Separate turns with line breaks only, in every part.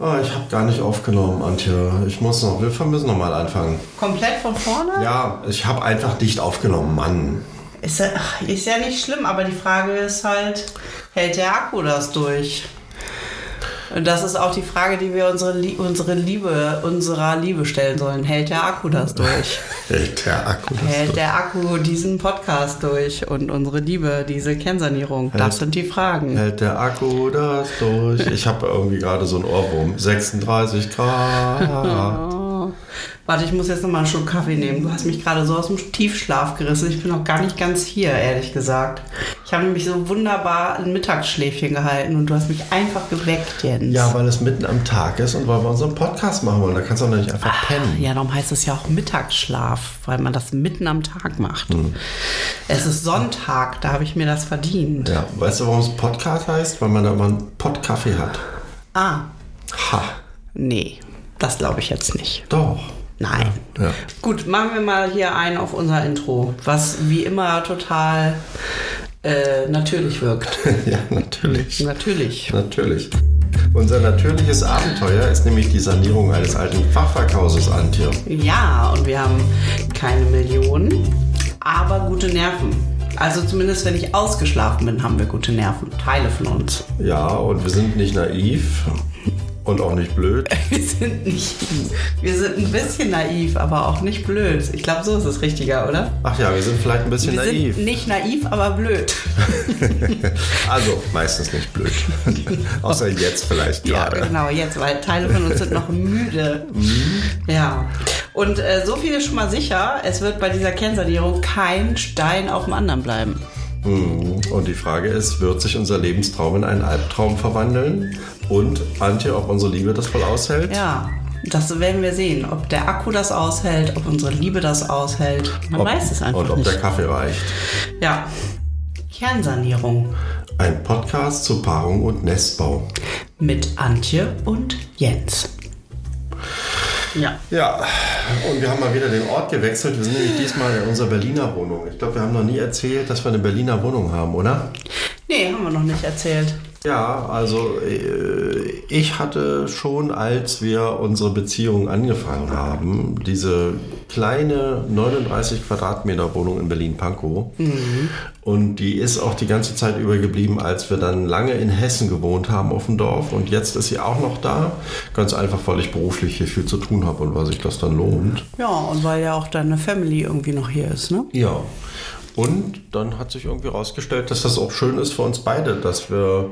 Ah, ich habe gar nicht aufgenommen, Antje. Ich muss noch, wir müssen noch mal anfangen.
Komplett von vorne?
Ja, ich habe einfach nicht aufgenommen, Mann.
Ist ja, ach, ist ja nicht schlimm, aber die Frage ist halt, hält der Akku das durch? Und das ist auch die Frage, die wir unsere, Lie- unsere Liebe, unserer Liebe stellen sollen. Hält der Akku das durch?
Hält der Akku das
hält
durch?
der Akku diesen Podcast durch und unsere Liebe, diese Kernsanierung? Das sind die Fragen.
Hält der Akku das durch? Ich habe irgendwie gerade so einen Ohrwurm. 36 Grad.
Oh. Warte, ich muss jetzt nochmal einen Schluck Kaffee nehmen. Du hast mich gerade so aus dem Tiefschlaf gerissen. Ich bin noch gar nicht ganz hier, ehrlich gesagt. Ich habe nämlich so wunderbar ein Mittagsschläfchen gehalten und du hast mich einfach geweckt, Jens.
Ja, weil es mitten am Tag ist und weil wir unseren Podcast machen wollen. Da kannst du doch nicht einfach pennen.
Ah, Ja, darum heißt es ja auch Mittagsschlaf, weil man das mitten am Tag macht.
Hm.
Es ist Sonntag, da habe ich mir das verdient.
Ja, weißt du, warum es Podcast heißt? Weil man da immer einen Pottkaffee hat.
Ah,
Ha,
nee, das glaube ich jetzt nicht.
doch.
Nein.
Ja.
Gut, machen wir mal hier ein auf unser Intro, was wie immer total äh, natürlich wirkt.
ja, natürlich.
Natürlich.
Natürlich. Unser natürliches Abenteuer ist nämlich die Sanierung eines alten Fachwerkhauses, Antje.
Ja, und wir haben keine Millionen, aber gute Nerven. Also zumindest wenn ich ausgeschlafen bin, haben wir gute Nerven. Teile von uns.
Ja, und wir sind nicht naiv und auch nicht blöd.
Wir sind nicht. Wir sind ein bisschen naiv, aber auch nicht blöd. Ich glaube, so ist es richtiger, oder?
Ach ja, wir sind vielleicht ein bisschen
Wir
naiv.
sind nicht naiv, aber blöd.
Also meistens nicht blöd. Außer jetzt vielleicht
Ja,
gerade.
genau, jetzt, weil Teile von uns sind noch müde. ja. Und äh, so viel ist schon mal sicher, es wird bei dieser Kernsanierung kein Stein auf dem anderen bleiben.
Hm, Und die Frage ist, wird sich unser Lebenstraum in einen Albtraum verwandeln? Und Antje, ob unsere Liebe das wohl aushält?
Ja, das werden wir sehen, ob der Akku das aushält, ob unsere Liebe das aushält. Man
Ob-
weiß es
Und
einfach
ob der
nicht.
Kaffee reicht.
Ja. Kernsanierung
Ein Podcast zu Paarung und Nestbau.
mit Antje und Jens. Ja.
Ja, und wir haben mal wieder den Ort gewechselt. Wir sind nämlich diesmal in unserer Berliner Wohnung. Ich glaube, wir haben noch nie erzählt, dass wir eine Berliner Wohnung haben, oder?
Nee, haben wir noch nicht erzählt.
Ja, also äh, ich hatte schon, als wir unsere Beziehung angefangen haben, diese kleine 39 Quadratmeter Wohnung in Berlin-Pankow. Mhm. Und die ist auch die ganze Zeit über geblieben, als wir dann lange in Hessen gewohnt haben auf dem Dorf. Und jetzt ist sie auch noch da. Ganz einfach, weil ich beruflich hier viel zu tun habe und weil sich das dann lohnt.
Ja, und weil ja auch deine Family irgendwie noch hier ist, ne?
Ja. Und dann hat sich irgendwie herausgestellt, dass das auch schön ist für uns beide, dass wir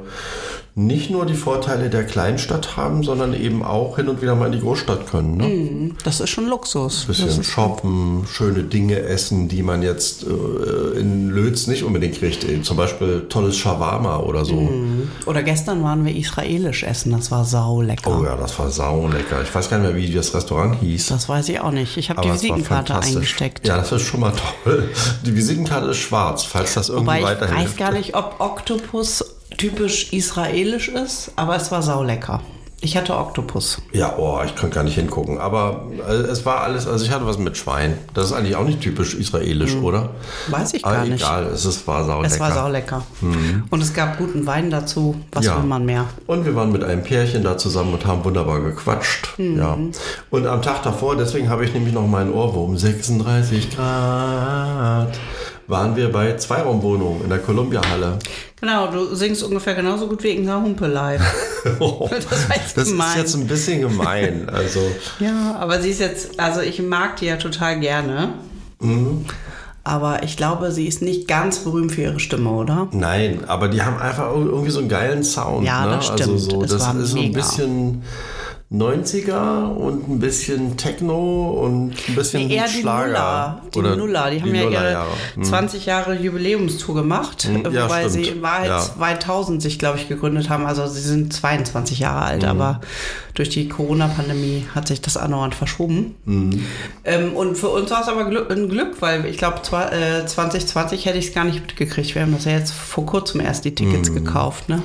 nicht nur die Vorteile der Kleinstadt haben, sondern eben auch hin und wieder mal in die Großstadt können. Ne?
Das ist schon Luxus. Mhm, Das
Bisschen shoppen, schöne Dinge essen, die man jetzt äh, in Lötz nicht unbedingt kriegt. Eben zum Beispiel tolles Shawarma oder so.
Oder gestern waren wir israelisch essen, das war saulecker.
Oh ja, das war saulecker. Ich weiß gar nicht mehr, wie das Restaurant hieß.
Das weiß ich auch nicht. Ich habe die
aber es war
Visitenkarte
fantastisch.
eingesteckt.
Ja, das ist schon mal toll. Die Visitenkarte ist schwarz, falls das irgendwie
Wobei ich
weiterhilft.
weiß gar nicht, ob Oktopus typisch israelisch ist, aber es war saulecker. Ich hatte Oktopus.
Ja, oh, ich kann gar nicht hingucken. Aber äh, es war alles, also ich hatte was mit Schwein. Das ist eigentlich auch nicht typisch israelisch, oder?
Weiß ich
Aber
Hm. gar nicht.
Ah, egal, es ist, war saulecker.
Es war saulecker. Und es gab guten Wein dazu. Was
Ja.
will man mehr?
Und wir waren mit einem Pärchen da zusammen und haben wunderbar gequatscht.
Hm.
Ja. Und am Tag davor, deswegen habe ich nämlich noch meinen Ohrwurm, 36 Grad, waren wir bei Zweiraumwohnungen in der Columbia-Halle.
Genau, du singst ungefähr genauso gut wie Inga Humpelei. Das war jetzt
das ist
gemein.
jetzt ein bisschen gemein. Also,
ja, aber sie ist jetzt, also ich mag die ja total gerne.
Mhm.
Aber ich glaube, sie ist nicht ganz berühmt für ihre Stimme, oder?
Nein, aber die haben einfach ir- irgendwie so einen geilen Sound.
Ja,
ne?
das
Also
stimmt.
so,
Es
das
war
ist so ein
mega.
bisschen 90er und ein bisschen Techno und ein bisschen
eher die
Schlager.
Nuller. Die Nuller, die haben ja ihre
Nullerjahre.
20 Jahre Jubiläumstour gemacht,
Hm, ja,
wobei
stimmt.
sie in Wahrheit
Ja.
2000 sich, glaube ich, gegründet haben. Also sie sind 22 Jahre
Hm.
alt, aber durch die Corona-Pandemie hat sich das andauernd verschoben.
Hm.
Ähm, und für uns war es aber Glück, ein Glück, weil ich glaube, zwa- äh, 2020 hätte ich es gar nicht mitgekriegt. Wir haben das ja jetzt vor kurzem erst die Tickets
Hm.
gekauft, ne?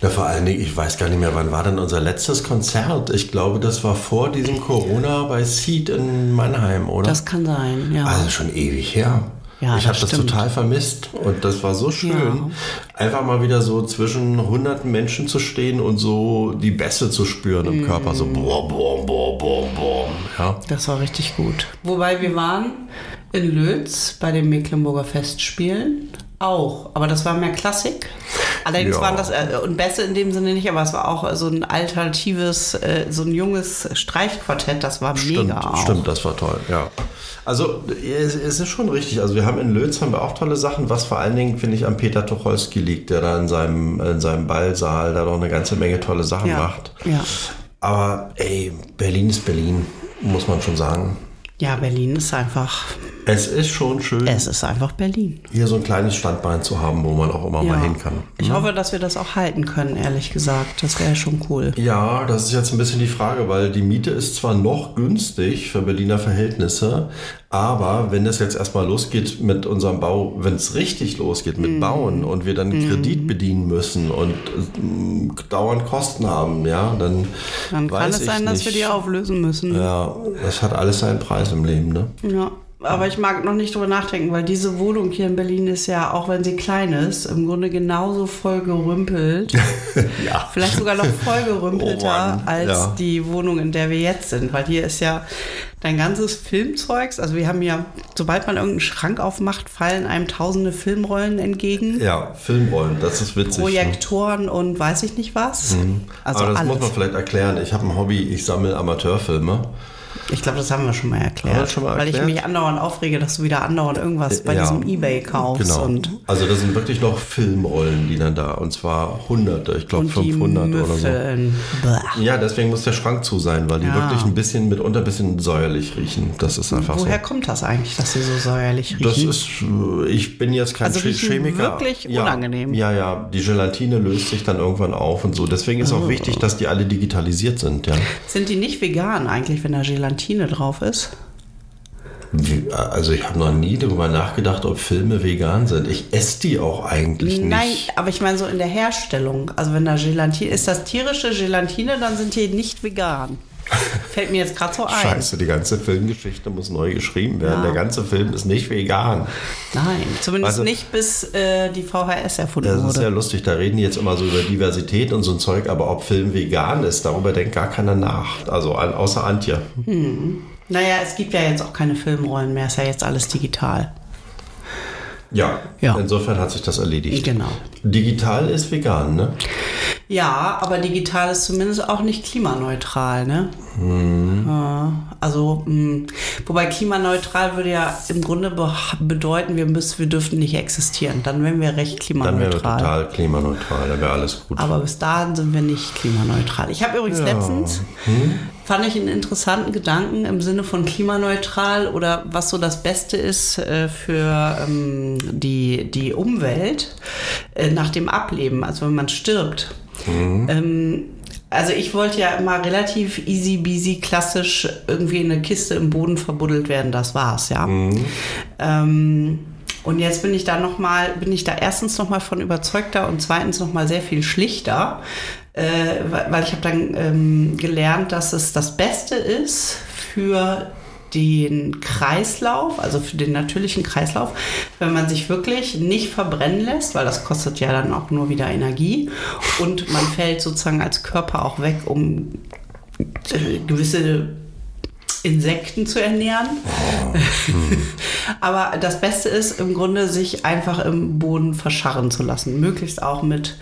Ja, vor allen Dingen, ich weiß gar nicht mehr, wann war denn unser letztes Konzert? Ich glaube, das war vor diesem Corona bei Seed in Mannheim, oder?
Das kann sein, ja.
also schon Also ewig her.
Ja,
ich
das
habe das
stimmt.
total vermisst und das war so schön,
Ja.
einfach mal wieder so zwischen hunderten Menschen zu stehen und so die Bässe zu spüren im Körper,
Mhm.
so boom, boom, boom, boom, boom. Ja.
Das war richtig gut. Wobei wir waren in Lötz bei den Mecklenburger Festspielen auch, aber das war mehr Klassik. Allerdings
Ja.
waren das, äh, und Bässe in dem Sinne nicht, aber es war auch äh, so ein alternatives, äh, so ein junges Streichquartett, das war mega
Stimmt,
auch.
stimmt, das war toll, ja. Also es, es ist schon richtig. Also wir haben in Lötz haben wir auch tolle Sachen, was vor allen Dingen, finde ich, an Peter Tucholsky liegt, der da in seinem, in seinem Ballsaal da doch eine ganze Menge tolle Sachen
Ja.
macht.
Ja.
Aber ey, Berlin ist Berlin, muss man schon sagen.
ja, Berlin ist einfach,
Es ist schon schön,
es ist einfach Berlin.
hier so ein kleines Standbein zu haben, wo man auch immer
Ja.
mal hin kann. Mhm.
Ich hoffe, dass wir das auch halten können, ehrlich gesagt. Das wäre schon cool.
Ja, das ist jetzt ein bisschen die Frage, weil die Miete ist zwar noch günstig für Berliner Verhältnisse, aber wenn das jetzt erstmal losgeht mit unserem Bau, wenn es richtig losgeht
Mhm.
mit Bauen und wir dann Kredit bedienen müssen und ähm, dauernd Kosten haben, ja, dann,
Dann kann
weiß
es
ich
sein, dass
nicht.
wir die auflösen müssen.
Ja, das hat alles seinen Preis im Leben, ne?
Ja, aber ich mag noch nicht drüber nachdenken, weil diese Wohnung hier in Berlin ist ja, auch wenn sie klein ist, im Grunde genauso voll gerümpelt.
Ja.
Vielleicht sogar noch voll
Oh
gerümpelter
Mann,
als
ja.
die Wohnung, in der wir jetzt sind. Weil hier ist ja dein ganzes Filmzeugs. Also wir haben ja, sobald man irgendeinen Schrank aufmacht, fallen einem tausende Filmrollen entgegen.
Ja, Filmrollen, das ist witzig. ne?
Projektoren und weiß ich nicht was. Also
aber das
alles.
muss man vielleicht erklären. Ich habe ein Hobby, ich sammle Amateurfilme.
Ich glaube, das haben wir schon mal erklärt.
Haben wir schon mal
weil
erklärt?
ich mich andauernd aufrege, dass du wieder andauernd irgendwas bei
Ja.
diesem Ebay kaufst
Genau.
und
also das sind wirklich noch Filmrollen, die dann da, und zwar hunderte, ich glaube
Und die
500 oder so.
Müffeln. Bäh.
Ja, deswegen muss der Schrank zu sein, weil die
Ja.
wirklich ein bisschen, mitunter ein bisschen säuerlich riechen. Das ist einfach
Woher
so.
kommt das eigentlich, dass sie so säuerlich
Das
riechen?
ist, äh, ich bin jetzt kein
Also
Che-
riechen
Chemiker.
wirklich unangenehm.
Ja, ja, die Gelatine löst sich dann irgendwann auf und so. Deswegen ist
Ah.
auch wichtig, dass die alle digitalisiert sind, ja.
Sind die nicht vegan eigentlich, wenn da Gelatine drauf ist?
Wie- Also ich habe noch nie darüber nachgedacht, ob Filme vegan sind. Ich esse die auch eigentlich
Nein,
nicht.
aber ich meine so in der Herstellung. Also wenn da Gelatine, ist das tierische Gelatine, dann sind die nicht vegan. Fällt mir jetzt gerade so ein.
Scheiße, die ganze Filmgeschichte muss neu geschrieben werden.
Ja.
Der ganze Film ist nicht vegan.
Nein, zumindest
Also-
nicht bis äh, die VHS erfunden
Das ist
wurde.
ja lustig, da reden die jetzt immer so über Diversität und so ein Zeug, aber ob Film vegan ist, darüber denkt gar keiner nach. Also an- außer Antje.
Naja, es gibt ja jetzt auch keine Filmrollen mehr, ist ja jetzt alles digital.
Ja.
Ja.
insofern hat sich das erledigt.
Genau.
Digital ist vegan, ne?
Ja, aber digital ist zumindest auch nicht klimaneutral, ne?
Mhm.
Ja, Also, mh. wobei klimaneutral würde ja im Grunde be bedeuten, wir müssen, wir dürften nicht existieren. Dann wären wir recht
Dann
klimaneutral.
wären wir total klimaneutral, dann wäre alles gut.
Aber bis dahin sind wir nicht klimaneutral. Ich habe übrigens letztens, fand ich einen interessanten Gedanken im Sinne von klimaneutral oder was so das Beste ist äh, für ähm, die, die Umwelt äh, nach dem Ableben, also wenn man stirbt. Ähm, also ich wollte ja immer relativ easy busy klassisch irgendwie in eine Kiste im Boden verbuddelt werden, das war's, ja. Ähm, und jetzt bin ich da noch mal, bin ich da erstens noch mal von überzeugter und zweitens noch mal sehr viel schlichter, äh, weil weil ich habe dann ähm, gelernt, dass es das Beste ist für den Kreislauf, also für den natürlichen Kreislauf, wenn man sich wirklich nicht verbrennen lässt, weil das kostet ja dann auch nur wieder Energie und man fällt sozusagen als Körper auch weg, um äh, gewisse Insekten zu ernähren. Aber das Beste ist im Grunde, sich einfach im Boden verscharren zu lassen. Möglichst auch mit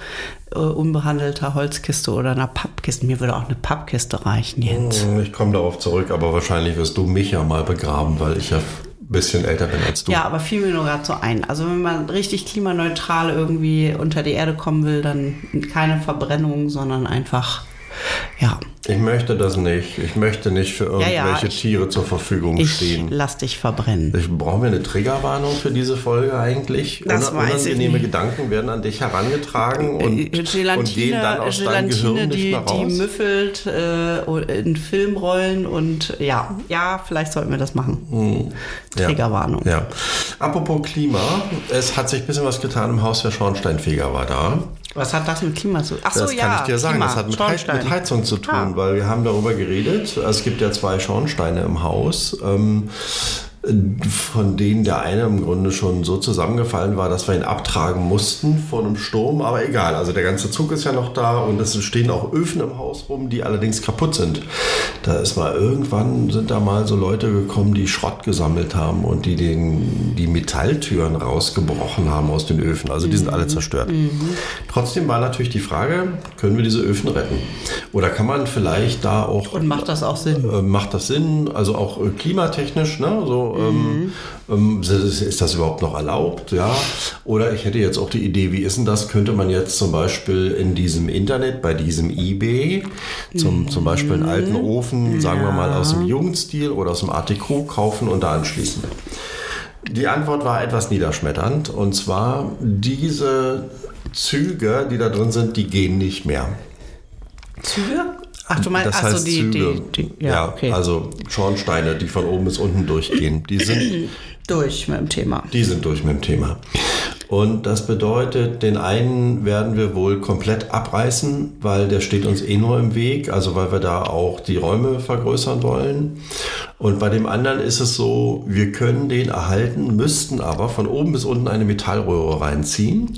äh, unbehandelter Holzkiste oder einer Pappkiste. Mir würde auch eine Pappkiste reichen, Jens.
Ich komme darauf zurück, aber wahrscheinlich wirst du mich ja mal begraben, weil ich ja ein bisschen älter bin als du.
Ja, aber fiel mir nur gerade so ein. Also wenn man richtig klimaneutral irgendwie unter die Erde kommen will, dann keine Verbrennung, sondern einfach, ja,
Ich möchte das nicht. Ich möchte nicht für
ja,
irgendwelche
ich-
Tiere zur Verfügung
ich
stehen.
lass dich verbrennen.
Ich brauchen wir eine Triggerwarnung für diese Folge eigentlich?
Das weiß ich
unangenehme
nicht.
Gedanken werden an dich herangetragen und,
Äh,
und gehen dann aus deinem Gehirn
Gelatine,
nicht
die,
mehr
die
raus.
müffelt äh, in Filmrollen und ja, ja, vielleicht sollten wir das machen. Triggerwarnung.
Hm. Ja. Apropos Klima, es hat sich ein bisschen was getan im Haus, der Schornsteinfeger war da.
Was hat das mit Klima zu tun? Achso,
Das
ja.
kann ich dir sagen,
Klima,
das hat mit, Heiz
Schornstein.
mit Heizung zu tun,
Ah.
weil wir haben darüber geredet. Es gibt ja zwei Schornsteine im Haus. Ähm, von denen der eine im Grunde schon so zusammengefallen war, dass wir ihn abtragen mussten vor einem Sturm, aber egal. Also der ganze Zug ist ja noch da und es stehen auch Öfen im Haus rum, die allerdings kaputt sind. Da ist mal irgendwann sind da mal so Leute gekommen, die Schrott gesammelt haben und die den, die Metalltüren rausgebrochen haben aus den Öfen. Also die sind alle zerstört. Trotzdem war natürlich die Frage, können wir diese Öfen retten? Oder kann man vielleicht da auch
Und macht das auch Sinn?
äh, macht das Sinn? Also auch äh, klimatechnisch, ne? So, ähm, ähm, s- s- ist das überhaupt noch erlaubt? Ja. Oder ich hätte jetzt auch die Idee, wie ist denn das? Könnte man jetzt zum Beispiel in diesem Internet, bei diesem eBay, zum, zum Beispiel einen alten Ofen, sagen wir mal aus dem Jugendstil oder aus dem Art Deco kaufen und da anschließen? Die Antwort war etwas niederschmetternd. Und zwar, diese Züge, die da drin sind, die gehen nicht mehr.
Züge? Ach, du meinst,
Das
ach so,
heißt
die,
Züge.
die, die,
ja, also Schornsteine, die von oben bis unten durchgehen. Die sind,
Durch mit dem Thema.
die sind durch mit dem Thema. Und das bedeutet, den einen werden wir wohl komplett abreißen, weil der steht uns eh nur im Weg, also weil wir da auch die Räume vergrößern wollen. Und bei dem anderen ist es so, wir können den erhalten, müssten aber von oben bis unten eine Metallröhre reinziehen.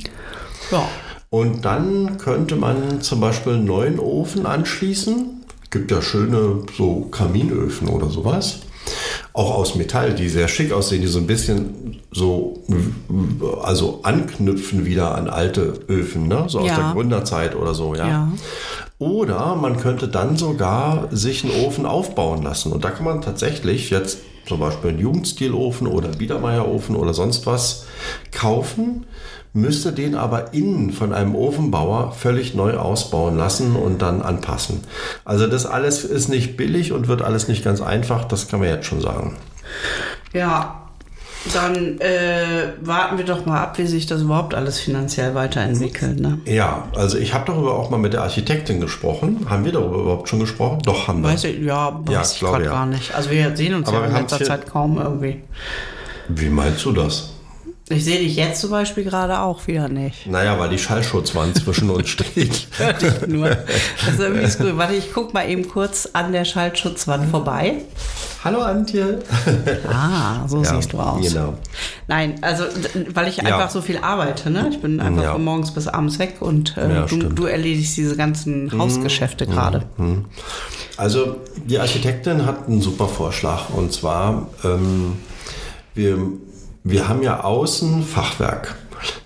Ja.
Und dann könnte man zum Beispiel einen neuen Ofen anschließen. Gibt ja schöne so Kaminöfen oder sowas. Auch aus Metall, die sehr schick aussehen, die so ein bisschen so also anknüpfen wieder an alte Öfen, ne? so aus
Ja.
der Gründerzeit oder so, ja.
Ja.
Oder man könnte dann sogar sich einen Ofen aufbauen lassen. Und da kann man tatsächlich jetzt zum Beispiel einen Jugendstilofen oder einen Biedermeierofen oder sonst was kaufen, müsste den aber innen von einem Ofenbauer völlig neu ausbauen lassen und dann anpassen. Also das alles ist nicht billig und wird alles nicht ganz einfach, das kann man jetzt schon sagen.
Ja. Dann äh, warten wir doch mal ab, wie sich das überhaupt alles finanziell weiterentwickelt. Ne?
Ja, also ich habe darüber auch mal mit der Architektin gesprochen. Haben wir darüber überhaupt schon gesprochen? Doch, haben wir.
Weiß ich, ja, weiß
Ja,
ich
glaube,
gerade
ja.
gar nicht. Also wir sehen uns
Aber
ja
wir
in
haben
letzter
viel-
Zeit kaum irgendwie.
Wie meinst du das?
Ich sehe dich jetzt zum Beispiel gerade auch wieder nicht.
Naja, weil die Schallschutzwand zwischen uns steht.
Hör dich nur. Das ist irgendwie skurril. Warte, ich guck mal eben kurz an der Schaltschutzwand vorbei.
Hallo Antje.
Ah, so
Ja,
siehst du aus.
genau.
Nein, also d- weil ich einfach so viel arbeite, ne? Ich bin einfach
Mm, Ja.
von morgens bis abends weg und äh,
Ja,
du,
stimmt. Mm,
du erledigst diese ganzen Hausgeschäfte gerade.
Also die Architektin hat einen super Vorschlag und zwar, ähm, wir, wir haben ja außen Fachwerk.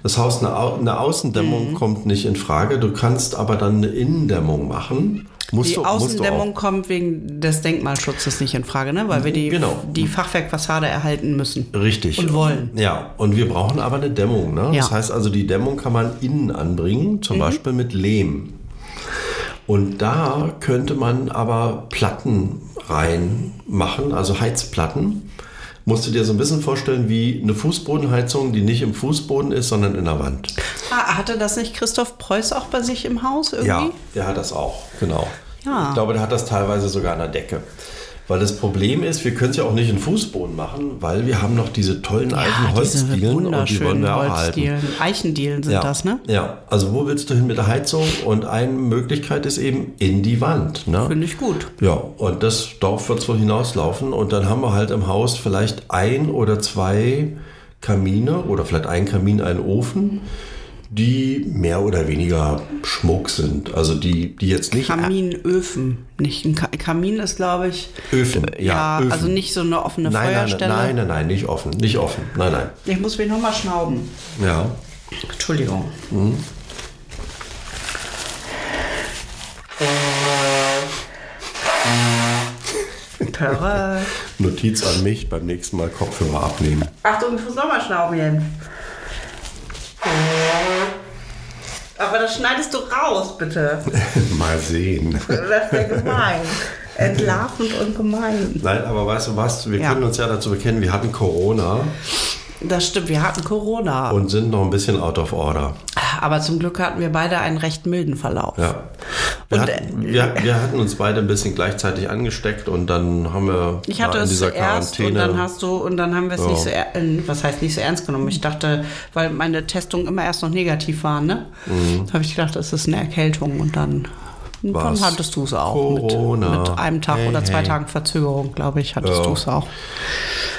Das heißt, eine, Au eine
Mhm.
Außendämmung kommt nicht in Frage. Du kannst aber dann eine Innendämmung machen. Musst
Die
du, musst du auch.
Außendämmung kommt wegen des Denkmalschutzes nicht in Frage, ne? Weil wir die,
Genau.
die Fachwerkfassade erhalten müssen.
Richtig.
Und wollen.
Ja, und wir brauchen aber eine Dämmung. Ne?
Ja. Mhm.
Das heißt also, die Dämmung kann man innen anbringen, zum Beispiel mit Lehm. Und da könnte man aber Platten reinmachen, also Heizplatten. Musst du dir so ein bisschen vorstellen wie eine Fußbodenheizung, die nicht im Fußboden ist, sondern in der Wand.
Ah, hatte das nicht Christoph Preuß auch bei sich im Haus irgendwie?
Ja, der hat das auch, genau.
Ja.
Ich glaube, der hat das teilweise sogar an der Decke. Weil das Problem ist, wir können es ja auch nicht in Fußboden machen, weil wir haben noch diese tollen alten Holzdielen und die wollen wir auch erhalten.
Eichendielen sind
Ja.
das, ne?
Ja, also wo willst du hin mit der Heizung? Und eine Möglichkeit ist eben in die Wand. Ne?
Finde ich gut.
Ja, und das darauf wird es wohl hinauslaufen. Und dann haben wir halt im Haus vielleicht ein oder zwei Kamine oder vielleicht ein Kamin, einen Ofen, die mehr oder weniger Schmuck sind. Also die, die jetzt nicht
Kaminöfen. Nicht ein Ka Kamin ist, glaube ich,
Öfen. Ja,
ja,
Öfen.
also nicht so eine offene
nein, nein, nein,
Feuerstelle.
nein, nein, nein, nicht offen. Nicht offen. Nein, nein.
Ich muss mich nochmal schnauben.
Ja.
Entschuldigung.
Mhm.
Tada.
Notiz an mich, beim nächsten Mal Kopfhörer abnehmen.
Achtung, ich muss nochmal schnauben, Jens. Oh. Aber das schneidest du raus, bitte.
Mal sehen.
Das ist ja gemein. Entlarvend und gemein.
Nein, aber weißt du was? Wir
Ja.
können uns ja dazu bekennen, wir hatten Corona
Das stimmt, wir hatten Corona.
und sind noch ein bisschen out of order.
Aber zum Glück hatten wir beide einen recht milden Verlauf.
Ja. Wir,
Und, äh,
hatten, wir, wir hatten uns beide ein bisschen gleichzeitig angesteckt und dann haben wir
Ich hatte
da in
es
dieser
zuerst und
Quarantäne.
dann hast du und dann haben wir es
Ja.
nicht so er, äh, was heißt nicht so ernst genommen. Ich dachte, weil meine Testungen immer erst noch negativ waren, ne?
Mhm.
Da habe ich gedacht, es ist eine Erkältung und dann, und dann
War's
hattest du es auch
Corona.
Mit, mit einem Tag
Hey,
oder zwei
hey.
Tagen Verzögerung, glaube ich, hattest
Ja.
du es auch.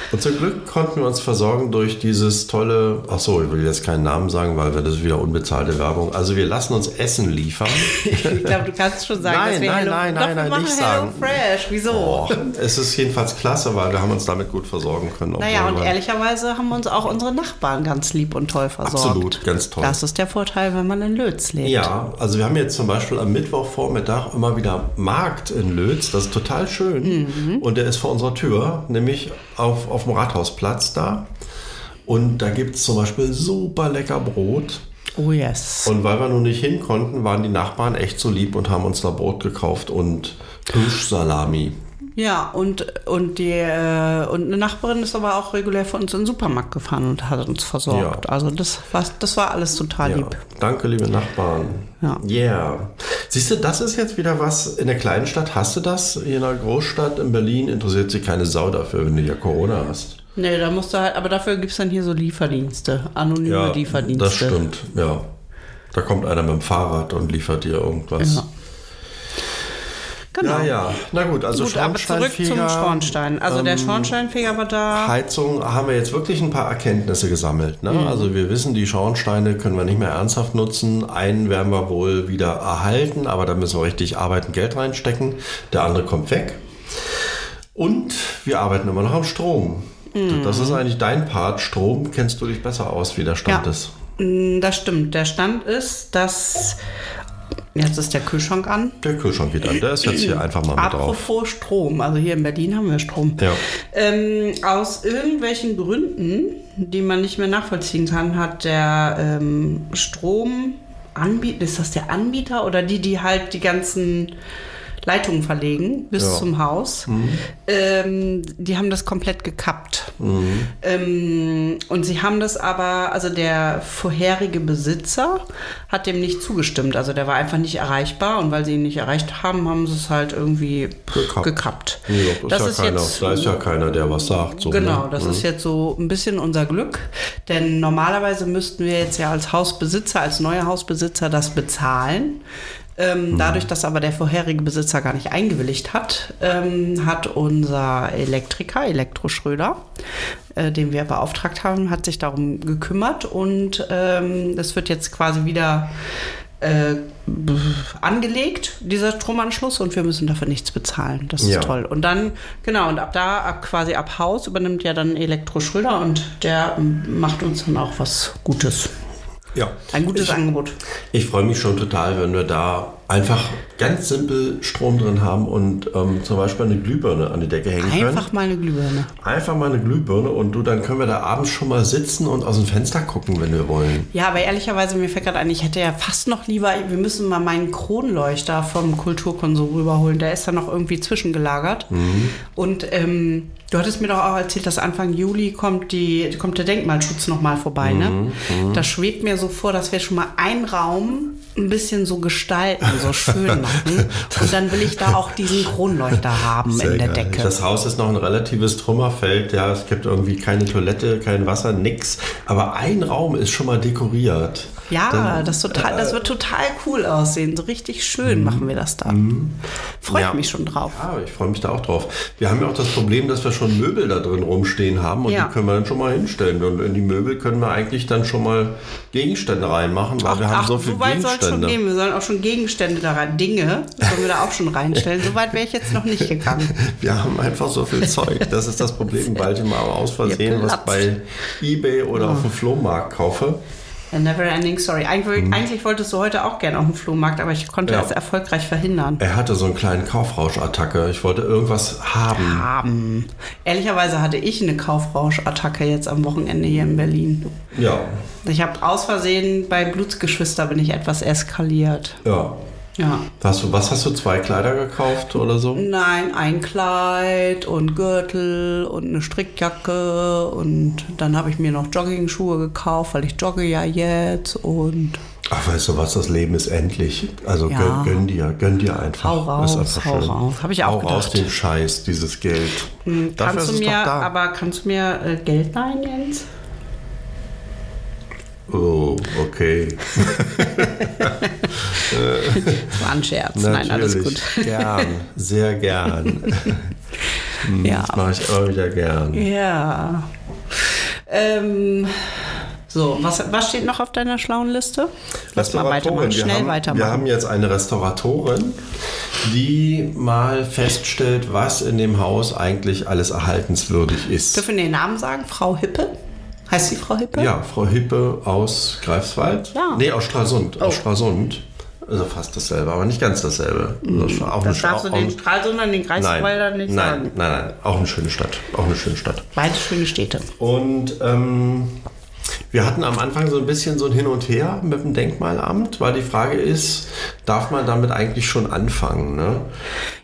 Und zum Glück konnten wir uns versorgen durch dieses tolle, ach so, ich will jetzt keinen Namen sagen, weil wir das ist wieder unbezahlte Werbung. Also wir lassen uns Essen liefern.
Ich glaube, du kannst schon sagen,
Nein,
dass wir
nein,
Hello,
nein,
Doch,
nein,
wir
nein,
machen
nicht
Hello
sagen.
Fresh. Wieso?
Och, es ist jedenfalls klasse, weil wir haben uns damit gut versorgen können.
Naja,
obwohl
und
wir-
ehrlicherweise haben uns auch unsere Nachbarn ganz lieb und toll versorgt.
Absolut, ganz toll.
Das ist der Vorteil, wenn man in Lötz lebt.
Ja, also wir haben jetzt zum Beispiel am Mittwochvormittag immer wieder Markt in Lötz. Das ist total schön.
Mhm.
Und der ist vor unserer Tür, nämlich auf, auf dem Rathausplatz da. Und da gibt es zum Beispiel super lecker Brot.
Oh yes.
Und weil wir nun nicht hin konnten, waren die Nachbarn echt so lieb und haben uns da Brot gekauft und Kirschsalami.
Ja, und, und, die, äh, und eine Nachbarin ist aber auch regulär für uns in den Supermarkt gefahren und hat uns versorgt.
Ja.
Also das war, das war alles total
Ja.
lieb.
Danke, liebe Nachbarn.
Ja.
Yeah. Siehst du, das ist jetzt wieder was. In der kleinen Stadt hast du das. In einer Großstadt in Berlin interessiert sich keine Sau dafür, wenn du ja Corona hast.
Nee, da musst du halt, aber dafür gibt es dann hier so Lieferdienste, anonyme Lieferdienste.
das stimmt. Ja. Da kommt einer mit dem Fahrrad und liefert dir irgendwas.
Ja. Genau.
Ja, ja. Na gut, also
Gut, aber zurück zum
Schornsteinfeger, ähm,
Schornstein. Also der Schornsteinfeger war da.
Heizung haben wir jetzt wirklich ein paar Erkenntnisse gesammelt. Ne?
Mhm.
Also wir wissen, die Schornsteine können wir nicht mehr ernsthaft nutzen. Einen werden wir wohl wieder erhalten, aber da müssen wir richtig arbeiten, Geld reinstecken. Der andere kommt weg. Und wir arbeiten immer noch am Strom.
Mhm.
Das ist eigentlich dein Part. Strom kennst du dich besser aus, wie der Stand
Ja.
ist.
Mm, Das stimmt. Der Stand ist, dass. Jetzt ist der Kühlschrank an.
Der Kühlschrank geht an. Der ist jetzt hier einfach mal mit drauf.
Apropos Strom. Also hier in Berlin haben wir Strom.
Ja.
Ähm, aus irgendwelchen Gründen, die man nicht mehr nachvollziehen kann, hat der ähm, Stromanbieter, ist das der Anbieter oder die, die halt die ganzen Leitungen verlegen bis
Ja. Mhm.
zum Haus, ähm, die haben das komplett gekappt.
Mhm.
Ähm, und sie haben das aber, also der vorherige Besitzer hat dem nicht zugestimmt. Also der war einfach nicht erreichbar und weil sie ihn nicht erreicht haben, haben sie es halt irgendwie
Gekappt.
gekappt. gekappt.
Nee, doch,
das
ja
ist
keiner,
jetzt
da ist ja keiner, der was sagt. So,
Genau,
ne?
das
Mhm.
ist jetzt so ein bisschen unser Glück, denn normalerweise müssten wir jetzt ja als Hausbesitzer, als neuer Hausbesitzer das bezahlen. Ähm,
Mhm.
Dadurch, dass aber der vorherige Besitzer gar nicht eingewilligt hat, ähm, hat unser Elektriker, Elektroschröder, äh, den wir beauftragt haben, hat sich darum gekümmert und ähm, das wird jetzt quasi wieder äh, b- angelegt, dieser Stromanschluss, und wir müssen dafür nichts bezahlen. Das
Ja.
ist toll. Und dann, genau, und ab da, ab quasi ab Haus, übernimmt ja dann Elektroschröder und der m, macht uns dann auch was Gutes.
ja.
Ein gutes
ich,
Angebot.
Ich freue mich schon total, wenn wir da einfach ganz simpel Strom drin haben und ähm, zum Beispiel eine Glühbirne an die Decke hängen
Einfach
können.
mal eine Glühbirne.
Einfach mal eine Glühbirne und du, dann können wir da abends schon mal sitzen und aus dem Fenster gucken, wenn wir wollen.
Ja, aber ehrlicherweise, mir fällt gerade ein, ich hätte ja fast noch lieber, wir müssen mal meinen Kronleuchter vom Kulturkonsum rüberholen. Der ist dann noch irgendwie zwischengelagert.
Mhm.
Und ähm, du hattest mir doch auch erzählt, dass Anfang Juli kommt, die, kommt der Denkmalschutz nochmal vorbei.
Mhm,
Ne? Da schwebt mir so vor, dass wir schon mal einen Raum ein bisschen so gestalten, so schön machen. Und dann will ich da auch diesen Kronleuchter haben in
Sehr
der
geil.
Decke.
Das Haus ist noch ein relatives Trümmerfeld. Ja, es gibt irgendwie keine Toilette, kein Wasser, nix. Aber ein Raum ist schon mal dekoriert.
Ja,
Dann- Mhm.
das, total, das wird total cool aussehen. So richtig schön machen wir das da. Freut
Ja.
mich schon drauf.
Ah, ich freue mich da auch drauf. Wir haben ja auch das Problem, dass wir schon Möbel da drin rumstehen haben und
Ja.
die können wir dann schon mal hinstellen. Und in die Möbel können wir eigentlich dann schon mal Gegenstände reinmachen, weil wir haben so viele
weit soll es schon
Gegenstände.
gehen. Wir sollen auch schon Gegenstände da rein. Dinge sollen wir da auch schon reinstellen. So weit wäre ich jetzt noch nicht gegangen.
Wir haben einfach so viel Zeug. Das ist das Problem, bald immer aus Versehen was
platzt. Oh.
bei Ebay oder auf dem Flohmarkt kaufe.
A never ending story. Eigentlich, eigentlich wolltest du heute auch gerne auf den Flohmarkt, aber ich konnte
Mhm. Ja.
es erfolgreich verhindern.
Er hatte so einen kleinen Kaufrauschattacke. Ich wollte irgendwas haben.
Haben. Ehrlicherweise hatte ich eine Kaufrauschattacke jetzt am Wochenende hier in Berlin.
Ja,
Ich habe aus Versehen bei Blutsgeschwister bin ich etwas eskaliert.
ja.
Ja.
Hast du, was hast du? Zwei Kleider gekauft oder so?
Nein, ein Kleid und Gürtel und eine Strickjacke und dann habe ich mir noch Joggingschuhe gekauft, weil ich jogge ja jetzt und
Ach, weißt du was, das Leben ist endlich. Also gönn,
Ja.
gönn dir, gönn dir einfach.
Hau raus,
Ist einfach
hau
schön.
raus. Hab ich auch
Hau raus
gedacht. Hm,
den Scheiß, dieses Geld. Dafür
kannst
ist
du
es
mir,
doch da.
aber kannst du mir äh, Geld leihen, Jens?
oh, okay.
Das war ein Scherz. Nein, alles
Natürlich.
gut.
Gern, sehr gern.
Ja.
Das mache Mhm. ich immer wieder gern.
Ja. Ähm, so, was, was steht noch auf deiner schlauen Liste? Lass mal weitermachen,
wir
schnell
haben,
weitermachen.
Wir haben jetzt eine Restauratorin, die mal feststellt, was in dem Haus eigentlich alles erhaltenswürdig ist.
Dürfen wir den Namen sagen? Frau Hippe? Heißt sie Frau Hippe?
Ja, Frau Hippe aus Greifswald.
Ja.
Nee, aus Stralsund. Aus
Oh.
Stralsund. Also fast dasselbe, aber nicht ganz dasselbe. Das, ist auch
Hm. Das
eine-
darfst du
auch
den
ein-
Stralsundern, den
nein,
Greifswaldern nicht
nein,
sagen.
Nein, nein, auch eine schöne Stadt. Auch eine schöne Stadt.
Beide schöne Städte.
Und ähm, wir hatten am Anfang so ein bisschen so ein Hin und Her mit dem Denkmalamt, weil die Frage ist, darf man damit eigentlich schon anfangen? Ne?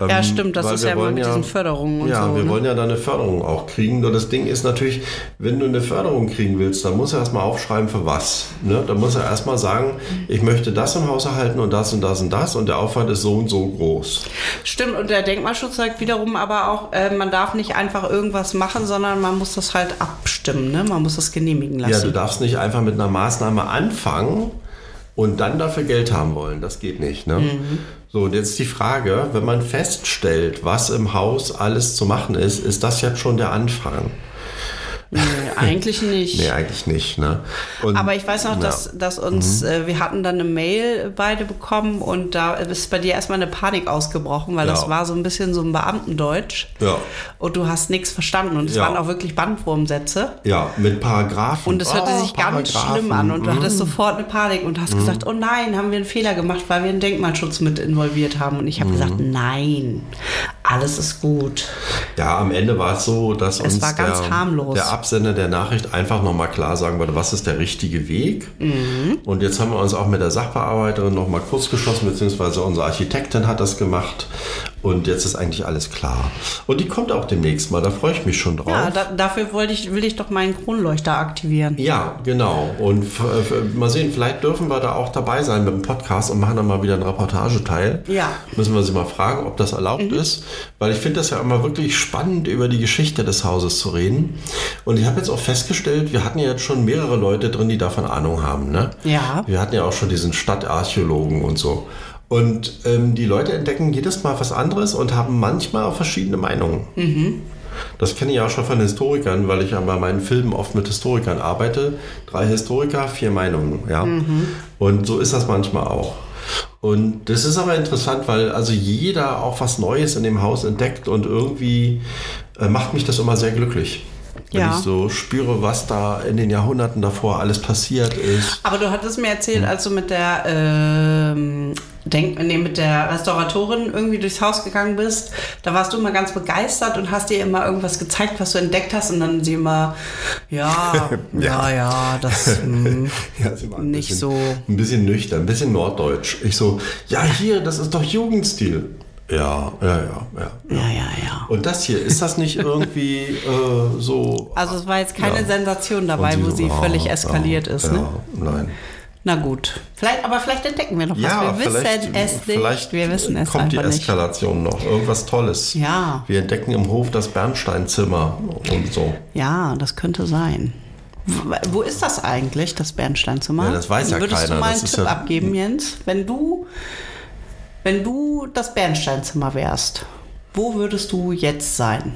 Ja, stimmt, das
weil
ist
wir
ja immer
wollen
mit diesen Förderungen und
ja,
so,
wir
ne?
wollen ja da eine Förderung auch kriegen. Nur das Ding ist natürlich, wenn du eine Förderung kriegen willst, dann musst du erstmal aufschreiben, für was. Ne? Dann musst du erstmal sagen, ich möchte das im Haus erhalten und das und das und das und der Aufwand ist so und so groß.
Stimmt, und der Denkmalschutz sagt wiederum aber auch, äh, man darf nicht einfach irgendwas machen, sondern man muss das halt abstimmen, ne? Man muss das genehmigen
Ja, du
lassen.
darfst nicht einfach mit einer Maßnahme anfangen und dann dafür Geld haben wollen. Das geht nicht. Ne?
Mhm.
So, und jetzt die Frage, wenn man feststellt, was im Haus alles zu machen ist, ist das jetzt schon der Anfang?
nee, eigentlich nicht.
Nee, eigentlich nicht. Ne? Und-
Aber ich weiß noch,
ja. Mhm.
dass, dass uns, äh, wir hatten dann eine Mail beide bekommen und da ist bei dir erstmal eine Panik ausgebrochen, weil
Ja.
das war so ein bisschen so ein Beamtendeutsch.
Ja.
Und du hast nichts verstanden und es
Ja.
waren auch wirklich Bandwurmsätze.
Ja, mit Paragraphen.
Und es hörte
Oh,
sich ganz
Paragraphen. Mhm.
schlimm an und du hattest sofort eine Panik und hast gesagt, oh nein, haben wir einen Fehler gemacht, weil wir einen Denkmalschutz mit involviert haben. Und ich
Mhm.
habe gesagt, nein, alles ist gut.
Ja, am Ende war es so, dass
Es
uns
war ganz
der,
harmlos.
der Absender der Nachricht einfach nochmal klar sagen wollte, was ist der richtige Weg.
Mhm.
Und jetzt haben wir uns auch mit der Sachbearbeiterin nochmal kurz geschlossen, beziehungsweise unsere Architektin hat das gemacht. Und jetzt ist eigentlich alles klar. Und die kommt auch demnächst mal, da freue ich mich schon drauf.
Ja, da, dafür wollte ich, will ich doch meinen Kronleuchter aktivieren.
Ja, genau. Und f- f- mal sehen, vielleicht dürfen wir da auch dabei sein mit dem Podcast und machen dann mal wieder einen Reportageteil.
Ja.
Müssen wir sie mal fragen, ob das erlaubt ist. Weil ich finde das ja immer wirklich spannend, über die Geschichte des Hauses zu reden. Und ich habe jetzt auch festgestellt, wir hatten ja jetzt schon mehrere Leute drin, die davon Ahnung haben. Ne?
Ja.
Wir hatten ja auch schon diesen Stadtarchäologen und so. Und ähm, die Leute entdecken jedes Mal was anderes und haben manchmal auch verschiedene Meinungen.
Mhm.
Das kenne ich auch schon von Historikern, weil ich ja bei meinen Filmen oft mit Historikern arbeite. Drei Historiker, vier Meinungen, ja.
Mhm.
Und so ist das manchmal auch. Und das ist aber interessant, weil also jeder auch was Neues in dem Haus entdeckt und irgendwie äh, macht mich das immer sehr glücklich. Wenn
Ja.
ich so spüre, was da in den Jahrhunderten davor alles passiert ist.
Aber du hattest mir
Mhm.
erzählt, als du mit der, ähm, Denk nee, mit der Restauratorin irgendwie durchs Haus gegangen bist, da warst du immer ganz begeistert und hast ihr immer irgendwas gezeigt, was du entdeckt hast und dann sie immer, ja, ja, ja, das, hm,
Ja, sie war ein
Nicht
bisschen,
so.
Ein bisschen nüchtern, ein bisschen norddeutsch. Ich so, ja, hier, das ist doch Jugendstil. Ja, ja, ja, ja.
ja, ja, ja.
Und das hier, ist das nicht irgendwie äh, so.
Also es war jetzt keine
Ja.
Sensation
Und
dabei, wo
so,
sie
ja,
völlig eskaliert
ja,
ist.
Ja,
Ne?
nein.
Na gut. Vielleicht, aber vielleicht entdecken wir noch was.
Ja,
wir wissen
vielleicht,
es nicht.
vielleicht
Wir wissen es
kommt die
einfach nicht.
Eskalation noch. Irgendwas Tolles.
Ja.
Wir entdecken im Hof das Bernsteinzimmer und so.
Ja, das könnte sein. W- Wo ist das eigentlich, das Bernsteinzimmer?
Ja, das weiß ja
Würdest
keiner,
du mal einen
das ist
Tipp
ja-
abgeben, Jens? Wenn du, wenn du das Bernsteinzimmer wärst, wo würdest du jetzt sein?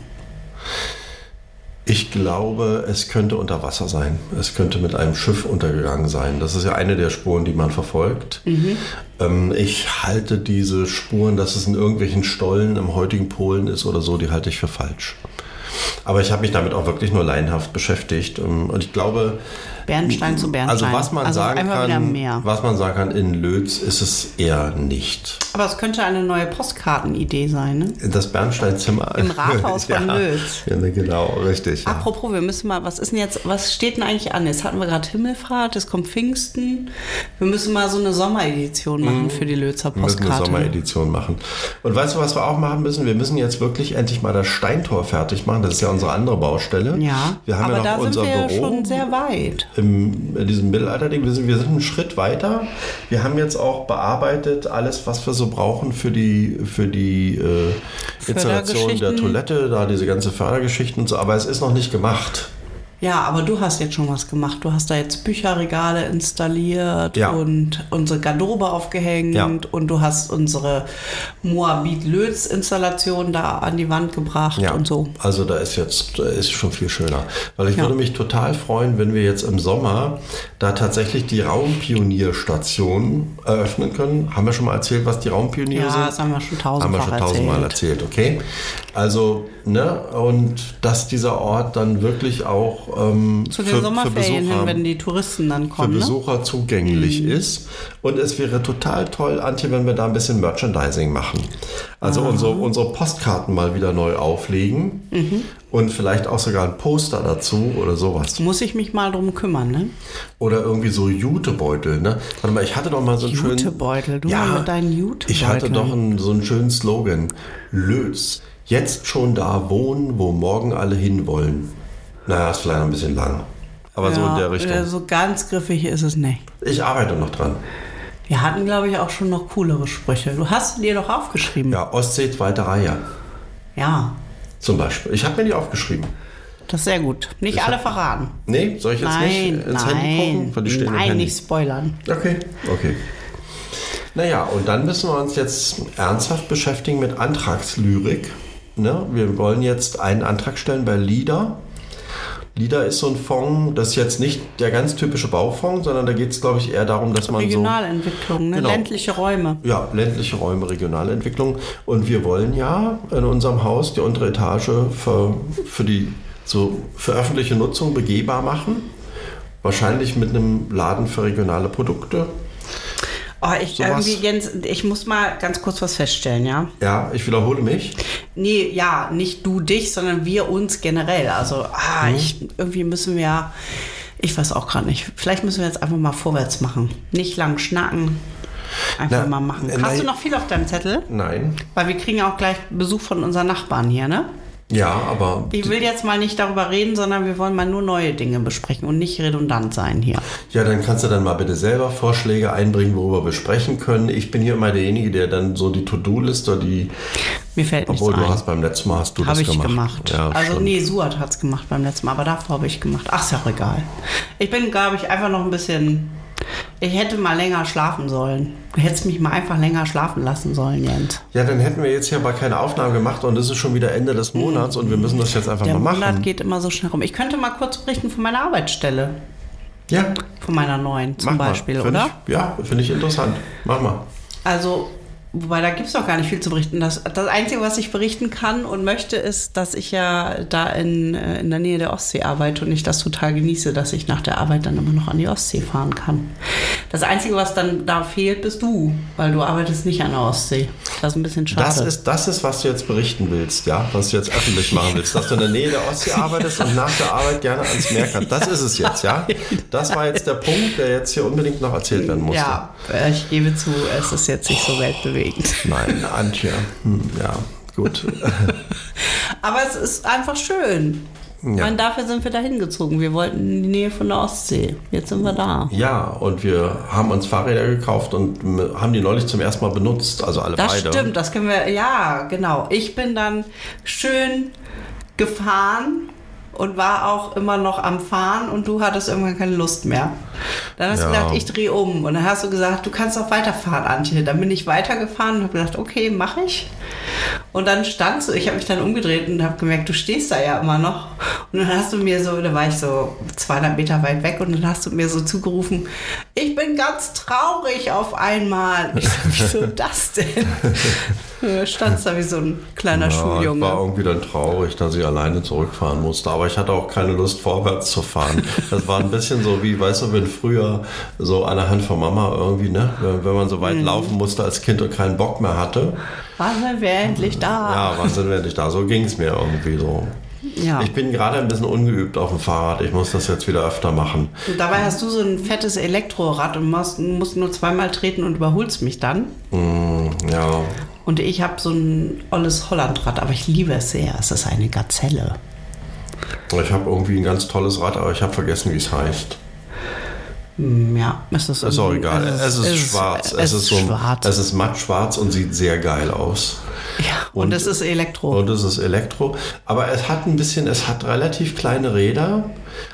Ich glaube, es könnte unter Wasser sein. Es könnte mit einem Schiff untergegangen sein. Das ist ja eine der Spuren, die man verfolgt.
Mhm.
Ähm, ich halte diese Spuren, dass es in irgendwelchen Stollen im heutigen Polen ist oder so, die halte ich für falsch. Aber ich habe mich damit auch wirklich nur laienhaft beschäftigt. Ähm, Und ich glaube,
Bernstein zu
also
Bernstein.
was man sagen
einmal wieder
kann,
mehr.
was man sagen kann, in Lötz ist es eher nicht.
Aber es könnte eine neue Postkartenidee sein. Ne?
Das Bernsteinzimmer.
Im Rathaus von Lötz.
Ja, genau, richtig. Ja.
Apropos, wir müssen mal, was ist denn jetzt, was steht denn eigentlich an? Jetzt hatten wir gerade Himmelfahrt, es kommt Pfingsten. Wir müssen mal so eine Sommeredition machen für die Lötzer
Mhm. Wir müssen eine
Postkarte.
Sommeredition machen. Und weißt du, was wir auch machen müssen? Wir müssen jetzt wirklich endlich mal das Steintor fertig machen. Das ist ja unsere andere Baustelle.
Ja,
Wir haben
aber
ja noch
da sind
unser
wir
Büro
schon sehr weit.
im, in diesem Mittelalterding. Wir sind, wir sind einen Schritt weiter. Wir haben jetzt auch bearbeitet alles, was wir so brauchen für die, für die äh, Installation der
Fördergeschichten.
Toilette, da diese ganze Fördergeschichten und so. Aber es ist noch nicht gemacht.
Ja, aber du hast jetzt schon was gemacht. Du hast da jetzt Bücherregale installiert
Ja.
und unsere Garderobe aufgehängt
Ja.
und du hast unsere Moabit-Lötz-Installation da an die Wand gebracht
Ja,
und so.
also da ist jetzt da ist schon viel schöner. Weil ich
Ja.
würde mich total freuen, wenn wir jetzt im Sommer da tatsächlich die Raumpionierstation eröffnen können. Haben wir schon mal erzählt, was die Raumpioniere
Ja,
sind?
das haben wir schon
Haben wir
tausendmal
schon
erzählt.
tausendmal erzählt, okay? Also, ne, und dass dieser Ort dann wirklich auch ähm,
Zu den Sommerferien hin,
Besucher-
wenn die Touristen dann
für
kommen. ne? Mhm.
Besucher zugänglich ist. Und es wäre total toll, Antje, wenn wir da ein bisschen Merchandising machen. Also
Ah.
unsere, unsere Postkarten mal wieder neu auflegen
Mhm.
und vielleicht auch sogar ein Poster dazu oder sowas.
Muss ich mich mal drum kümmern, ne?
Oder irgendwie so Jutebeutel. Ne? Warte mal, ich hatte doch mal so einen schönen...
Jutebeutel, du
ja,
mit deinen Jutebeuteln.
Ich hatte doch einen, so einen schönen Slogan. Lös. Jetzt schon da wohnen, wo morgen alle hinwollen. Naja, ist vielleicht noch ein bisschen lang. Aber so in der Richtung.
äh, So ganz griffig ist es nicht.
Ich arbeite noch dran.
Wir hatten, glaube ich, auch schon noch coolere Sprüche. Du hast sie dir doch aufgeschrieben.
Ja, Ostsee, zweite Reihe.
Ja,
Zum Beispiel. Ich habe mir die aufgeschrieben.
das ist sehr gut. Nicht alle verraten.
Nee, soll ich jetzt
Nein,
nicht ins Handy
nein,
gucken? Weil die stehen im
nein,
Handy. Also-
nicht spoilern.
Okay, okay. Naja, und dann müssen wir uns jetzt ernsthaft beschäftigen mit Antragslyrik. Ne? Wir wollen jetzt einen Antrag stellen bei LIDA. LIDA ist so ein Fonds, das ist jetzt nicht der ganz typische Baufonds, sondern da geht es, glaube ich, eher darum, dass man so...
Regionalentwicklung, ne?
Genau.
ländliche Räume.
Ja, ländliche Räume, regionale Entwicklung. Und wir wollen ja in unserem Haus die untere Etage für, für die so für öffentliche Nutzung begehbar machen. Wahrscheinlich mit einem Laden für regionale Produkte.
Oh, ich,
Sowas.
irgendwie, Jens, ich muss mal ganz kurz was feststellen, ja?
Ja, ich wiederhole mich.
Nee, ja, nicht du dich, sondern wir uns generell. Also, ah,
Mhm.
ich, irgendwie müssen wir, ich weiß auch gerade nicht, vielleicht müssen wir jetzt einfach mal vorwärts machen. Nicht lang schnacken, einfach
Na,
mal machen.
äh,
Hast
nein.
du noch viel auf deinem Zettel?
Nein.
Weil wir kriegen ja auch gleich Besuch von unseren Nachbarn hier, ne?
Ja, aber
Ich will jetzt mal nicht darüber reden, sondern wir wollen mal nur neue Dinge besprechen und nicht redundant sein hier.
ja, dann kannst du dann mal bitte selber Vorschläge einbringen, worüber wir sprechen können. Ich bin hier immer derjenige, der dann so die To-Do-Liste, die
Mir fällt nichts
obwohl du
ein.
hast beim letzten Mal hast du das
Habe ich
gemacht.
gemacht.
Ja,
also
stimmt.
nee, Suat hat es gemacht beim letzten Mal, aber davor habe ich gemacht. Ach, ist ja auch egal. Ich bin, glaube ich, einfach noch ein bisschen... Ich hätte mal länger schlafen sollen. Du hättest mich mal einfach länger schlafen lassen sollen, Jens.
Ja, dann hätten wir jetzt hier aber keine Aufnahme gemacht und es ist schon wieder Ende des Monats und wir müssen das jetzt einfach
Mhm. Der
mal
Monat
machen.
geht immer so schnell rum. Ich könnte mal kurz berichten von meiner Arbeitsstelle.
ja,
Von meiner neuen zum
mach
Beispiel,
mal. Find
oder?
Ich, ja, finde ich interessant. Mach mal.
Also, wobei da gibt es auch gar nicht viel zu berichten. Das, das Einzige, was ich berichten kann und möchte, ist, dass ich ja da in, äh, in der Nähe der Ostsee arbeite und ich das total genieße, dass ich nach der Arbeit dann immer noch an die Ostsee fahren kann. Das Einzige, was dann da fehlt, bist du, weil du arbeitest nicht an der Ostsee. Das ist ein bisschen schade.
Das ist, das ist, was du jetzt berichten willst, ja, was du jetzt öffentlich machen willst, dass du in der Nähe der Ostsee arbeitest und nach der Arbeit gerne ans Meer kannst. Das ist es jetzt, ja. Das war jetzt der Punkt, der jetzt hier unbedingt noch erzählt werden musste.
ja, äh, ich gebe zu, es ist jetzt nicht so weltbewegend.
Nein, Antje. Hm, ja, gut.
Aber es ist einfach schön.
Ja.
Und dafür sind wir da hingezogen. Wir wollten in die Nähe von der Ostsee. Jetzt sind wir da.
Ja, und wir haben uns Fahrräder gekauft und m- haben die neulich zum ersten Mal benutzt, also alle
Das
beide.
stimmt, das können wir, ja, genau. Ich bin dann schön gefahren und war auch immer noch am Fahren und du hattest irgendwann keine Lust mehr. Dann hast du
Ja.
gedacht, ich drehe um. Und dann hast du gesagt, du kannst auch weiterfahren, Antje. Dann bin ich weitergefahren und habe gedacht, okay, mache ich. Und dann standst du, ich habe mich dann umgedreht und habe gemerkt, du stehst da ja immer noch. Und dann hast du mir so, da war ich so 200 Meter weit weg und dann hast du mir so zugerufen, ich bin ganz traurig auf einmal. Ich so, wieso das denn? Du standst da wie so ein kleiner
Ja, ich war
Schuljunge.
irgendwie dann traurig, dass ich alleine zurückfahren musste. Aber ich hatte auch keine Lust, vorwärts zu fahren. Das war ein bisschen so wie, weißt du, wenn früher so an der Hand von Mama irgendwie, ne, wenn, wenn man so weit laufen musste als Kind und keinen Bock mehr hatte.
Wann wir endlich da?
Ja, wann sind wir nicht da? So ging es mir irgendwie so.
Ja.
Ich bin gerade ein bisschen ungeübt auf dem Fahrrad. Ich muss das jetzt wieder öfter machen.
Und dabei hast du so ein fettes Elektrorad und musst, musst nur zweimal treten und überholst mich dann.
Mm, Ja,
Und ich habe so ein olles Hollandrad, aber ich liebe es sehr. Es ist eine Gazelle.
ich habe irgendwie ein ganz tolles Rad, aber ich habe vergessen, wie es heißt.
Mm, Ja, es ist,
Ist auch egal. Es, ist, schwarz. Es, ist, so,
schwarz.
Es ist matt schwarz und sieht sehr geil aus.
ja, und,
und-
es ist Elektro.
Und es ist Elektro. Aber es hat ein bisschen, es hat relativ kleine Räder.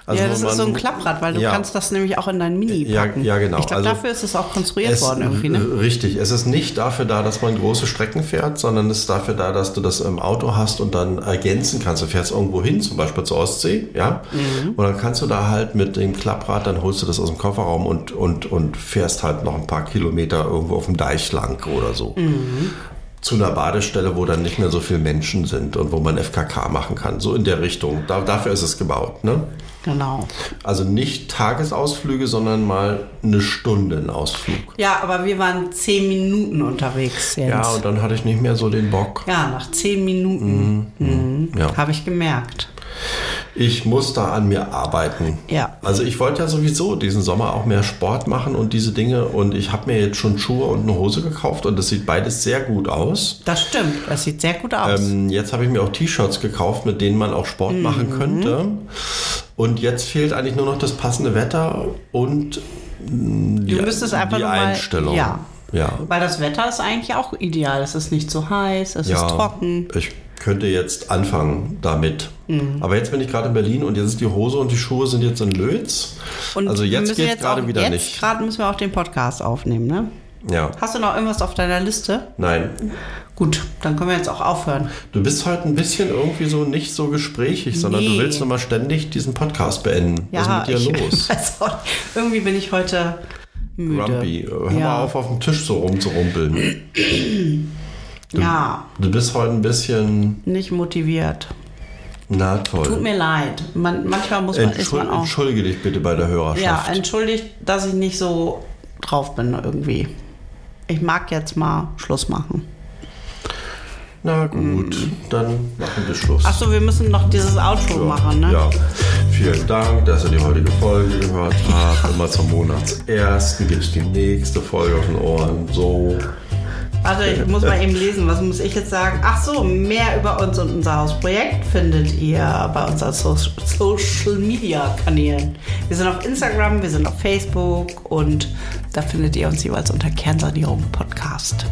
Also
ja, das
man-
ist so ein Klapprad, weil du
Ja.
kannst das nämlich auch in dein Mini
Ja,
packen.
ja, genau.
Ich glaube,
Also
dafür ist es auch konstruiert
Es-
worden irgendwie, ne?
äh, Richtig, es ist nicht dafür da, dass man große Strecken fährt, sondern es ist dafür da, dass du das im Auto hast und dann ergänzen kannst. Du fährst irgendwo hin, zum Beispiel zur Ostsee, ja,
Mhm.
und dann kannst du da halt mit dem Klapprad, dann holst du das aus dem Kofferraum und, und, und fährst halt noch ein paar Kilometer irgendwo auf dem Deich lang oder so.
Mhm.
Zu einer Badestelle, wo dann nicht mehr so viele Menschen sind und wo man FKK machen kann. So in der Richtung. Da, dafür ist es gebaut. Ne?
Genau.
Also nicht Tagesausflüge, sondern mal eine Stunde einen Ausflug.
Ja, aber wir waren zehn Minuten unterwegs jetzt.
Ja, und dann hatte ich nicht mehr so den Bock.
Ja, nach zehn Minuten
Ja.
habe ich gemerkt.
Ich muss da an mir arbeiten.
Ja.
Also ich wollte ja sowieso diesen Sommer auch mehr Sport machen und diese Dinge. Und ich habe mir jetzt schon Schuhe und eine Hose gekauft und das sieht beides sehr gut aus.
Das stimmt. Das sieht sehr gut aus.
Ähm, jetzt habe ich mir auch T-Shirts gekauft, mit denen man auch Sport
Mhm.
machen könnte. Und jetzt fehlt eigentlich nur noch das passende Wetter und mh, die,
Du müsstest einfach
die
nur mal-
Einstellung.
ja.
ja.
Weil das Wetter ist eigentlich auch ideal. Es ist nicht zu heiß, es ist trocken. Mhm.
Ich könnte jetzt anfangen damit. Aber jetzt bin ich gerade in Berlin und jetzt ist die Hose und die Schuhe sind jetzt in Lötz.
Und
also
wir
jetzt
müssen
geht es
jetzt
gerade
auch-
wieder
jetzt
nicht.
Gerade müssen wir auch den Podcast aufnehmen, ne?
Ja.
Hast du noch irgendwas auf deiner Liste?
Nein.
Gut, dann können wir jetzt auch aufhören.
Du bist heute ein bisschen irgendwie so nicht so gesprächig, sondern
Nee.
du willst nochmal ständig diesen Podcast beenden. Was ist mit dir
ich
los?
weiß auch nicht. Irgendwie bin ich heute müde.
Grumpy. Hör
ja.
mal auf, auf dem Tisch so rumzurumpeln.
Ja,
Du bist heute ein bisschen.
nicht motiviert.
Na toll.
Tut mir leid. Man, manchmal muss man, ist
Entschuld,
man auch.
entschuldige dich bitte bei der
Ja,
Hörerschaft.
entschuldigt, dass ich nicht so drauf bin irgendwie. Ich mag jetzt mal Schluss machen.
Na gut,
Mm.
dann machen wir Schluss.
Achso, wir müssen noch dieses Outro
Ja,
machen, ne?
Ja. Vielen Dank, dass ihr die heutige Folge gehört habt. Immer zum Monatsersten gibt es die nächste Folge auf den Ohren. So.
Also ich muss mal eben lesen, was muss ich jetzt sagen? Ach so, mehr über uns und unser Hausprojekt findet ihr bei unseren so Social Media Kanälen. Wir sind auf Instagram, wir sind auf Facebook und da findet ihr uns jeweils unter Kernsanierung Podcast.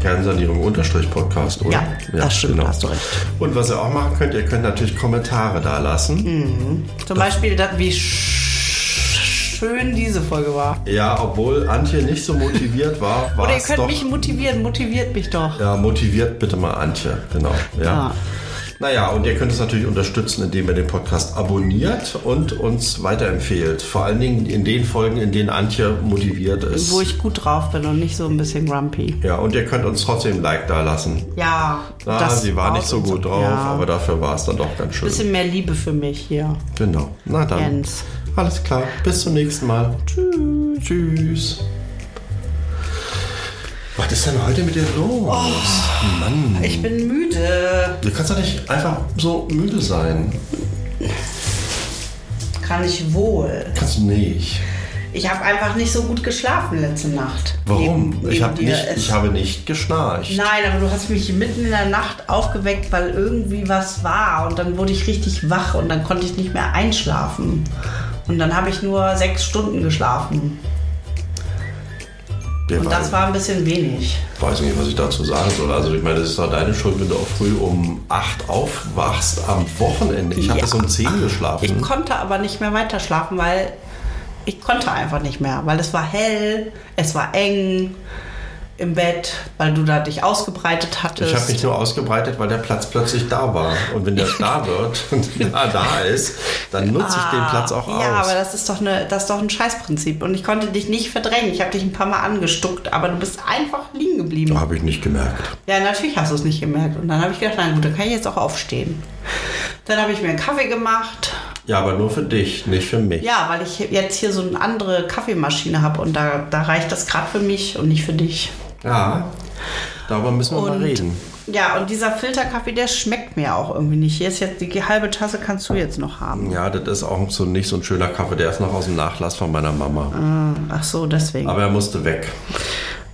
Kernsanierung unterstrich Podcast, oder? genau.
Ja, das stimmt, hast du recht.
Und was ihr auch machen könnt, ihr könnt natürlich Kommentare da
Mhm.
lassen.
Zum Beispiel, da- wie sch- schön diese Folge war.
Ja, obwohl Antje nicht so motiviert war, war
Oder ihr
es
könnt
doch.
mich motivieren, motiviert mich doch.
ja, motiviert bitte mal Antje, genau. Ja.
Ja.
Naja, und ihr könnt es natürlich unterstützen, indem ihr den Podcast abonniert und uns weiterempfehlt. Vor allen Dingen in den Folgen, in denen Antje motiviert ist.
Wo ich gut drauf bin und nicht so ein bisschen grumpy.
Ja, und ihr könnt uns trotzdem ein Like da lassen.
Ja,
Na, Ah, sie war nicht so
braucht uns-
gut drauf,
Ja.
aber dafür war es dann doch ganz schön.
bisschen mehr Liebe für mich hier.
Genau. Na dann.
Jens.
Alles klar. Bis zum nächsten Mal. Tschüss. Tschüss. Was ist denn heute mit dir los? Mann.
Ich bin müde.
Du kannst doch nicht einfach so müde sein.
Kann ich wohl.
Kannst du nicht.
Ich habe einfach nicht so gut geschlafen letzte Nacht.
Warum?
Neben-
ich,
neben
hab
dir
nicht,
ist-
ich habe nicht geschnarcht.
Nein, aber du hast mich mitten in der Nacht aufgeweckt, weil irgendwie was war. Und dann wurde ich richtig wach und dann konnte ich nicht mehr einschlafen. Und dann habe ich nur sechs Stunden geschlafen.
Der
Und das war ein bisschen wenig.
Ich weiß nicht, was ich dazu sagen soll. Also ich meine, das ist doch deine Schuld, wenn du auch früh um 8 aufwachst am Wochenende. Ich habe
Ja.
bis um 10
Ich
geschlafen.
konnte aber nicht mehr weiter schlafen, weil ich konnte einfach nicht mehr, weil es war hell, es war eng im Bett, weil du da dich ausgebreitet hattest.
Ich habe mich nur ausgebreitet, weil der Platz plötzlich da war. Und wenn der da wird und da, da ist, dann nutze ich den Platz auch aus.
Ah, Ja, aber das ist doch eine, das ist doch ein Scheißprinzip und ich konnte dich nicht verdrängen. Ich habe dich ein paar mal angestuckt, aber du bist einfach liegen geblieben.
habe ich nicht gemerkt.
Ja, natürlich hast du es nicht gemerkt und dann habe ich gedacht, na gut, dann kann ich jetzt auch aufstehen. Dann habe ich mir einen Kaffee gemacht.
Ja, aber nur für dich, nicht für mich.
Ja, weil ich jetzt hier so eine andere Kaffeemaschine habe und da, da reicht das gerade für mich und nicht für dich.
Ja, darüber müssen wir mal
Und-
reden.
Ja, und dieser Filterkaffee, der schmeckt mir auch irgendwie nicht. Hier ist jetzt die halbe Tasse kannst du jetzt noch haben.
Ja, das ist auch so nicht so ein schöner Kaffee. Der ist noch aus dem Nachlass von meiner
Mhm.
Mama.
Ach so, deswegen.
Aber er musste weg.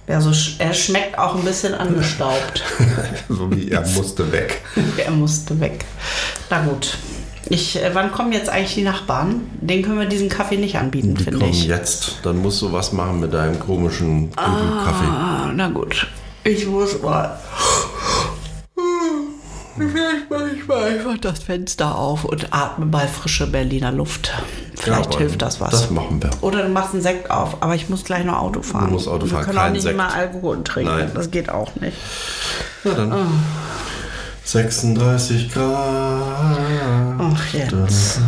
Ja, so, sch- er schmeckt auch ein bisschen angestaubt.
so wie er musste weg.
er musste weg. Na gut. Ich, äh, wann kommen jetzt eigentlich die Nachbarn? Den können wir diesen Kaffee nicht anbieten,
Die
finde
kommen
ich.
jetzt. Dann musst du was machen mit deinem komischen guten Kaffee.
Ah, na gut. Ich muss mal. Vielleicht mache ich mal einfach das Fenster auf und atme mal frische Berliner Luft. Vielleicht
Jawohl,
hilft das was.
Das machen wir.
Oder du machst einen Sekt auf, aber ich muss gleich noch Auto fahren.
musst Auto fahren,
Wir können auch
kein
nicht
Sekt.
immer Alkohol trinken.
Nein.
Das geht auch nicht.
Na dann. 36 Grad.
Ach, jetzt.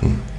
Hm.